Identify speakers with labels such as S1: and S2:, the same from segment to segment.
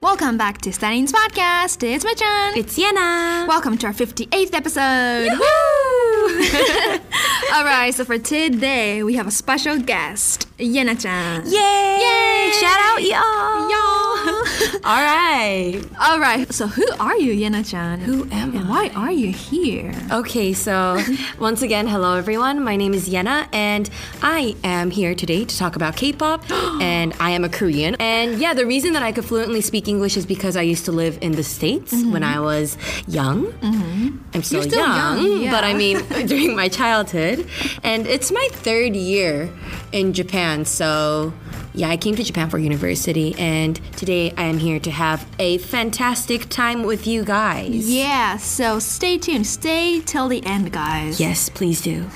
S1: Welcome back to Stanley's podcast. It's Michan.
S2: It's Yena.
S1: Welcome to our 58th episode. All right, so for today, we have a special guest, Yena-chan.
S2: Yay!
S1: Yay!
S2: Shout out y'all.
S1: Y'all.
S2: All right.
S1: All right, so who are you, Yena-chan?
S2: Who am
S1: and why are you here?
S2: Okay, so once again, hello everyone. My name is Yena, and I am here today to talk about K-pop. and I am a Korean. And yeah, the reason that I could fluently speak English is because I used to live in the States when I was young. I'm still,
S1: Mm-hmm. You're still young, yeah.
S2: but I mean during my childhood. And it's my third year in Japan, so yeah, I came to Japan for university, and today I am here to have a fantastic time with you guys.
S1: Yeah, so stay tuned. Stay till the end, guys.
S2: Yes, please do.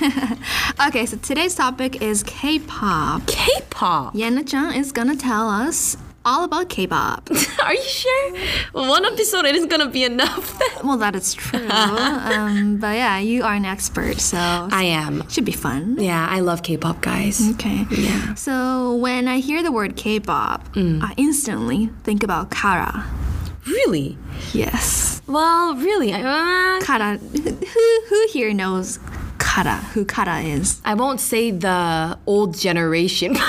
S1: Okay, so today's topic is K-pop.
S2: K-pop.
S1: Yena-chan is gonna tell us all about K-pop.
S2: Are you sure? One episode isn't gonna be enough.
S1: Well, that is true. um, but yeah, you are an expert, so
S2: I am.
S1: should be fun.
S2: Yeah, I love K-pop, guys.
S1: Okay. Yeah. Mm. So when I hear the word K-pop, I instantly think about Kara.
S2: Really?
S1: Yes,
S2: Well, really. I, uh,
S1: Kara. Who who here knows Kara? Who Kara is?
S2: I won't say the old generation.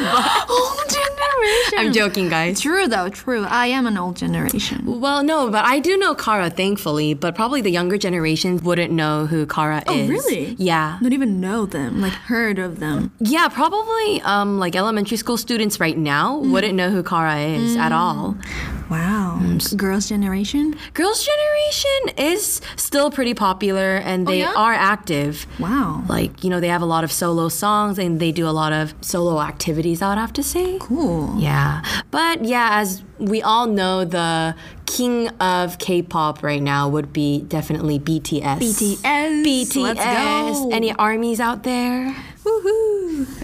S1: Old generation.
S2: I'm joking, guys.
S1: True though, true. I am an old generation.
S2: Well, no, but I do know Kara, thankfully. But probably the younger generation wouldn't know who Kara is.
S1: really?
S2: Yeah.
S1: Not even know them, like heard of them.
S2: Yeah, probably um, like elementary school students right now wouldn't know who Kara is at all.
S1: Wow.
S2: Mm.
S1: Girls' generation.
S2: Girls' generation is still pretty popular and they
S1: yeah?
S2: are active.
S1: Wow.
S2: Like, you know, they have a lot of solo songs and they do a lot of solo activities, I would have to say.
S1: Cool.
S2: Yeah. But yeah, as we all know, the king of K pop right now would be definitely BTS.
S1: BTS.
S2: BTS.
S1: Let's go.
S2: Any armies out there?
S1: Woohoo.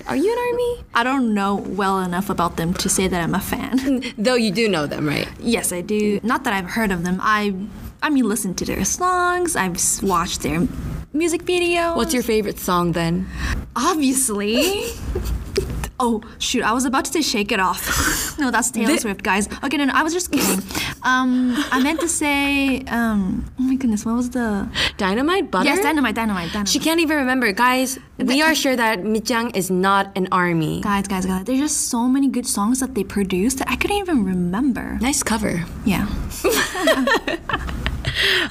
S2: Are you an army?
S1: I don't know well enough about them to say that I'm a fan.
S2: Though you do know them, right?
S1: yes, I do. Not that I've heard of them. I, I mean, listen to their songs. I've s- watched their music video.
S2: What's your favorite song then?
S1: obviously? oh shoot! I was about to say "Shake It Off." no, that's Taylor Swift, guys. Okay, no, no, I was just kidding. um, I meant to say, um, oh my goodness, what was the?
S2: Dynamite Butter?
S1: Yes, dynamite, dynamite, dynamite.
S2: She can't even remember. Guys, we are sure that Mijang is not an army.
S1: guys, guys, guys. There's just so many good songs that they produced that I couldn't even remember.
S2: Nice cover.
S1: Yeah.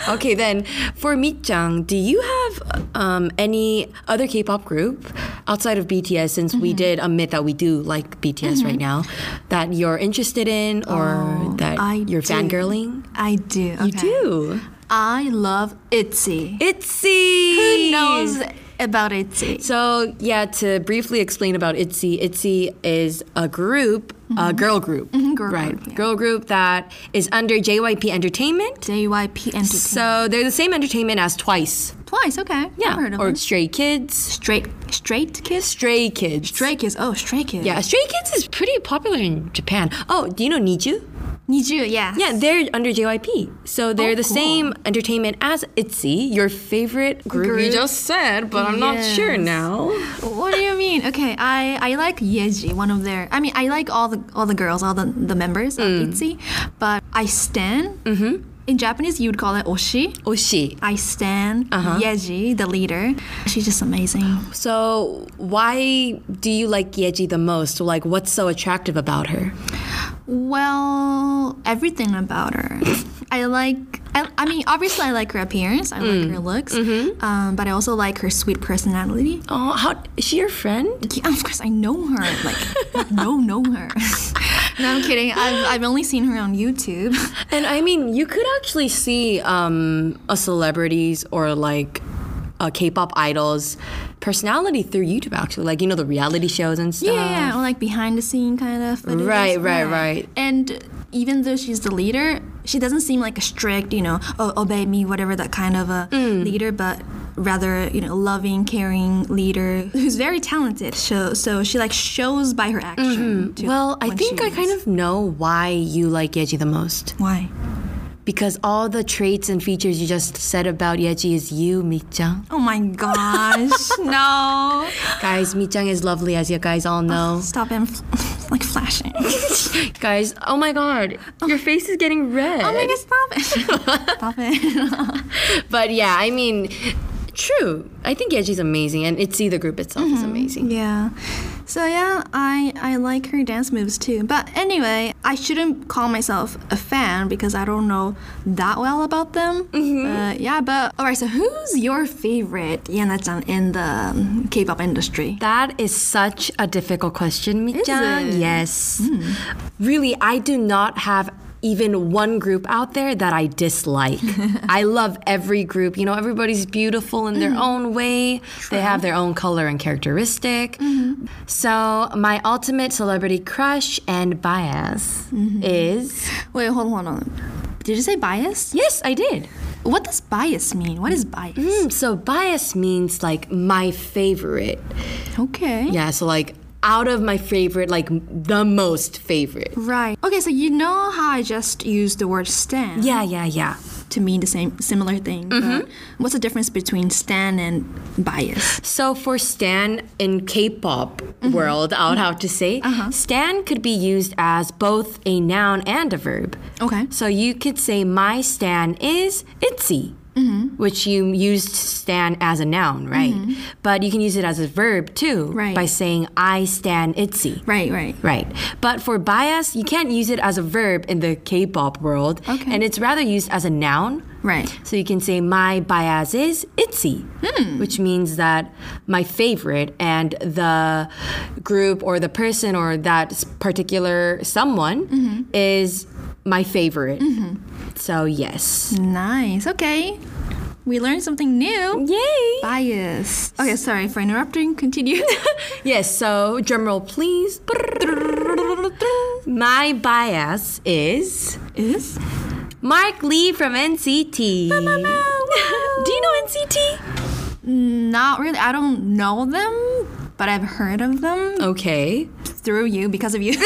S2: Okay, then for Mijang, do you have um, any other K-pop group outside of BTS? Since we
S1: Mm-hmm.
S2: did admit that we do like BTS right now, that you're interested in or that
S1: Oh, I
S2: you're
S1: do.
S2: fangirling?
S1: I do.
S2: You do.
S1: I love ITZY.
S2: ITZY.
S1: Who knows about ITZY?
S2: So, yeah, to briefly explain about ITZY, ITZY is a group, a girl group,
S1: Mm-hmm. girl
S2: right?
S1: group, yeah.
S2: Girl group that is under JYP Entertainment.
S1: JYP Entertainment.
S2: So they're the same entertainment as Twice,
S1: Twice, okay.
S2: yeah,
S1: I've heard of
S2: or
S1: them.
S2: Stray Kids,
S1: Straight, straight kiss?
S2: Stray Kids,
S1: Stray kiss. Oh, stray kiss.
S2: Yeah, Stray Kids is pretty popular in Japan. Oh, do you know Niju?
S1: Niju, yeah.
S2: Yeah, they're under JYP, so they're
S1: Oh,
S2: the
S1: cool.
S2: same entertainment as ITZY, your favorite group.
S1: Group.
S2: said, but
S1: Yes.
S2: now.
S1: What do you mean? Okay, I, I like Yeji, one of their. I mean, I like all the all the girls, all the, the members of
S2: Mm.
S1: ITZY, but I stand. Mm-hmm. In Japanese, you would call it oshi.
S2: Oshi.
S1: I stand
S2: Uh-huh.
S1: Yeji, the leader. She's just amazing.
S2: So, why do you like Yeji the most? Like, what's so attractive about her?
S1: Well, everything about her. I like. I, I mean, obviously, I like her appearance. I
S2: Mm.
S1: like her looks.
S2: Mm-hmm.
S1: Um, but I also like her sweet personality.
S2: Oh, how is she your friend?
S1: Yeah, of course, I know her. Like, no, know her. no, I'm kidding. I've, I've only seen her on YouTube.
S2: And I mean, you could actually see um, a celebrities or like a K-pop idol's personality through YouTube. Actually, like you know the reality shows and stuff.
S1: Yeah, yeah, or like behind the scene kind of. footages.
S2: Uh. Right, right, right.
S1: And even though she's the leader, she doesn't seem like a strict, you know, oh, obey me, whatever that kind of a
S2: Mm.
S1: leader, but rather, you know, loving, caring leader who's very talented. So, so she like shows by her action. to-
S2: Mm-hmm. Well, I
S1: when
S2: think
S1: she
S2: I kind
S1: is.
S2: of know why you like Yeji the most.
S1: why.
S2: Because all the traits and features you just said about Yeji is you, Mi-chan.
S1: Oh my gosh! no,
S2: Guys, Mi-chan is lovely, as you guys all know.
S1: stop him. like flashing. oh
S2: Guys, oh my god, your face is getting red.
S1: my god, stop it. stop it.
S2: But yeah, I mean, true. I think Yeji's amazing, and Itzy the group itself
S1: Mm-hmm.
S2: is amazing.
S1: yeah. So yeah, I I like her dance moves too. But anyway, I shouldn't call myself a fan because I don't know that well about them. Uh, yeah, but all right. So who's your favorite Yana-chan in the um, K-pop industry?
S2: That is such a difficult question,
S1: it?
S2: Mijang. Yes. Really, I do not have even one group out there that I dislike. I love every group. You know, everybody's beautiful in their own way. They have their own color and characteristic. So, my ultimate celebrity crush and bias is
S1: Wait, hold on, hold on. Did you say bias?
S2: Yes, I did.
S1: What does bias mean? What is bias?
S2: Hmm, So bias means like my favorite.
S1: Okay.
S2: Yeah, so like out of my favorite, like the most favorite.
S1: Right. Okay, so you know how I just used the word stan
S2: Yeah, yeah, yeah.
S1: to mean the same similar thing. But what's the difference between stan and bias?
S2: So for stan in K-pop
S1: Mm-hmm.
S2: world, I would have to say,
S1: Uh-huh.
S2: stan could be used as both a noun and a verb.
S1: Okay.
S2: So you could say my stan is itsy.
S1: Mm-hmm.
S2: Which you used stan as a noun, right? But you can use it as a verb too
S1: Right.
S2: by saying I stan itsy.
S1: Right, right.
S2: Right. But for bias, you can't use it as a verb in the K pop world.
S1: Okay.
S2: And it's rather used as a noun.
S1: Right.
S2: So you can say, my bias is itsy, which means that my favorite and the group or the person or that s- particular someone is my favorite. So, yes.
S1: Nice. Okay. We learned something new.
S2: Yay!
S1: Bias. Okay, sorry for interrupting. Continue.
S2: Yes, so drumroll please. My bias is.
S1: is
S2: Mark Lee from NCT. Do you know NCT?
S1: not really I don't know them, but I've heard of them
S2: Oh. Okay.
S1: through you because of you.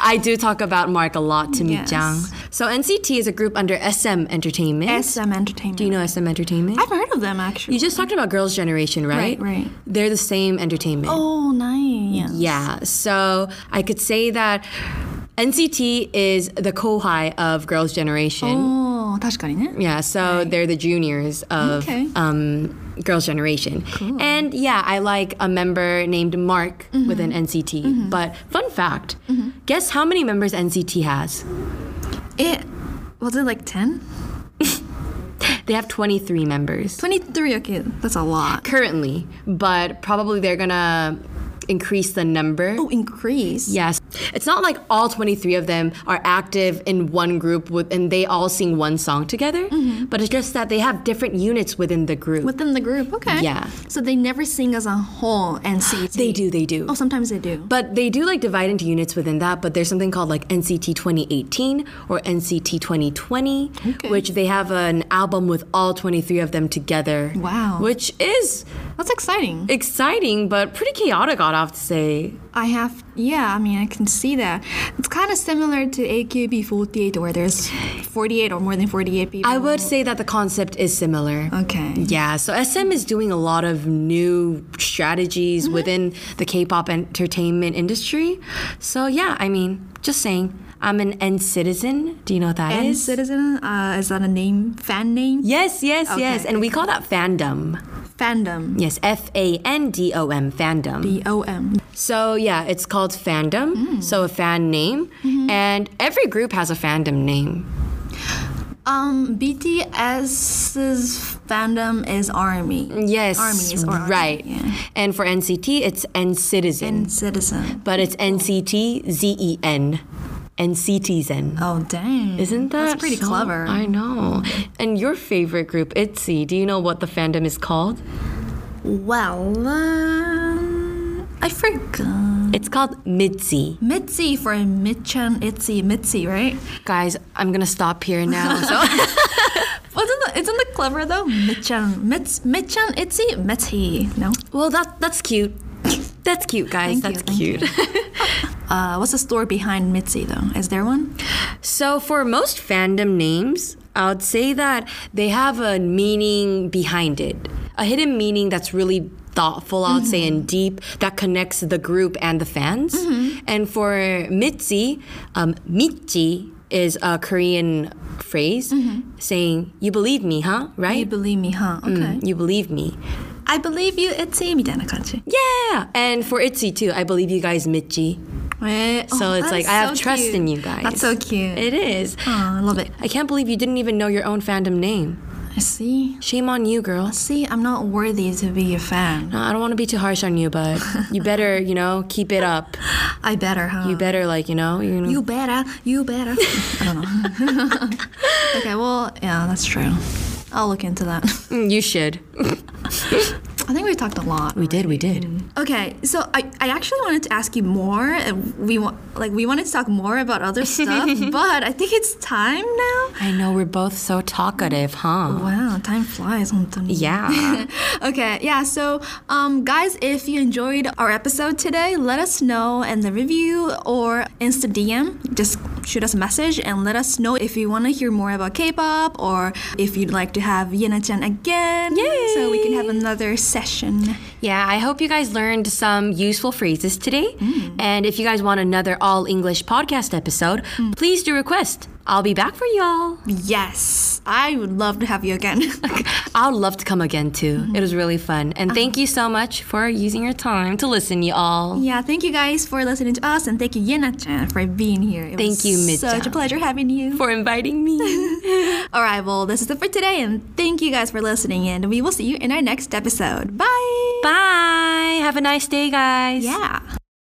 S2: I do talk about Mark a lot to
S1: Yes.
S2: yes. Mijang. So NCT is a group under SM Entertainment.
S1: SM Entertainment.
S2: Do you know SM Entertainment?
S1: I've heard of them actually.
S2: you just talked about Girls' Generation, right?
S1: Right, right.
S2: They're the same entertainment.
S1: oh, nice.
S2: Yeah. So I could say that NCT is the kohai of Girls' Generation.
S1: Oh, 確かにね。
S2: Yeah, so they're the juniors of
S1: Okay.
S2: um, Girls' Generation. And yeah, I like a member named Mark
S1: Mm-hmm.
S2: within NCT. But fun fact guess how many members NCT has?
S1: It was it like 10?
S2: They have 23 members
S1: 23, okay, that's a lot.
S2: currently, but probably they're gonna increase the number.
S1: Oh, increase.
S2: Yes. It's not like all 23 of them are active in one group with, and they all sing one song together, but it's just that they have different units within the group.
S1: Within the group, okay.
S2: Yeah.
S1: So they never sing as a whole and NCT.
S2: they do, they do.
S1: Oh, sometimes they do.
S2: But they do like divide into units within that, but there's something called like NCT 2018 or NCT 2020,
S1: Okay.
S2: which they have an album with all 23 of them together.
S1: Wow.
S2: Which is
S1: That's exciting.
S2: exciting, but pretty chaotic, I'd have to say.
S1: I have, yeah, I mean, I can see that. It's kind of similar to AKB48 where there's 48 or more than 48 people.
S2: I would say that the concept is similar.
S1: Okay.
S2: Yeah, so SM is doing a lot of new strategies
S1: Mm-hmm.
S2: within the K pop entertainment industry. So, yeah, I mean, just saying. I'm an N citizen. Do you know what that is?
S1: And Citizen, uh, is that a name? Fan name?
S2: Yes, yes, yes.
S1: Okay.
S2: And we call that fandom.
S1: Fandom.
S2: Yes, F A N D O M, fandom.
S1: B O M.
S2: So, yeah, it's called fandom.
S1: Mm.
S2: So, a fan name.
S1: Mm-hmm.
S2: And every group has a fandom name.
S1: Um, BTS's fandom is Army.
S2: Yes.
S1: Armies or army,
S2: Right.
S1: yeah.
S2: And for NCT, it's N citizen.
S1: And Citizen.
S2: but it's NCT Z E N. NCT Zen.
S1: Oh, dang.
S2: E Isn't that
S1: That's pretty
S2: so-
S1: clever.
S2: I know. And your favorite group, ITZY, do you know what the fandom is called?
S1: Well, um, I forgot.
S2: It's called MIDZY.
S1: Mitzi for Mitchan, Itzy, Mitzi, right?
S2: Guys, I'm gonna stop here now. So
S1: Wasn't that, isn't that clever though? Mitchan, Mitz, Mitchan, Itzy, Mitzi. No.
S2: Well, that that's cute. That's cute, guys.
S1: Thank you,
S2: that's cute.
S1: Uh, what's the story behind Mitzi though? Is there one?
S2: so for most fandom names, I would say that they have a meaning behind it, a hidden meaning that's really thoughtful, I'd say, and deep that connects the group and the fans. And for Mitzi, um, Mitzi is a Korean phrase saying, You believe me, huh?
S1: You
S2: Right? Mm,
S1: believe me, huh? Okay.
S2: You believe me.
S1: I believe you, Itzy, みたいな感じ。
S2: Yeah! And for Itzy too, I believe you guys, Mitzi.
S1: Right?
S2: So it's
S1: Oh, that
S2: like,
S1: is
S2: I have
S1: so
S2: trust
S1: cute.
S2: in you guys.
S1: That's so cute.
S2: It is.
S1: Aw, I love it.
S2: I can't believe you didn't even know your own fandom name.
S1: I see.
S2: Shame on you, girl.
S1: See, I'm not worthy to be your fan.
S2: No, I don't want to be too harsh on you, but you better, you know, keep it up.
S1: I better, huh?
S2: You better, like, you know, you know.
S1: You better, you better. I don't know. okay, well, yeah, that's true. I'll look into that.
S2: Mm, You should.
S1: I think we talked a lot.
S2: We did, we did.
S1: Okay, so I, I actually wanted to ask you more. uh, We want like we wanted to talk more about other stuff, but I think it's time now.
S2: I know we're both so talkative, huh?
S1: Wow, time flies, Anthony.
S2: Yeah.
S1: okay, yeah. So, um, guys, if you enjoyed our episode today, let us know in the review or Insta DM. Just shoot us a message and let us know if you want to hear more about K-pop or if you'd like to have Yena Chan again. So we can have another session.
S2: yeah, I hope you guys learned some useful phrases today. And if you guys want another all English podcast episode, please do request. I'll be back for y'all.
S1: Yes, I would love to have you again.
S2: I'd love to come again too. It was really fun. And thank you so much for using your time to listen, y'all.
S1: yeah, thank you guys for listening to us, and thank you Yena Chan for being here. It
S2: Thank
S1: was
S2: you, Mid-chan.
S1: Such a pleasure having you.
S2: For inviting me.
S1: All right, well, this is it for today, and thank you guys for listening, and we will see you in our next episode. Bye!
S2: Bye. Have a nice day, guys.
S1: Yeah.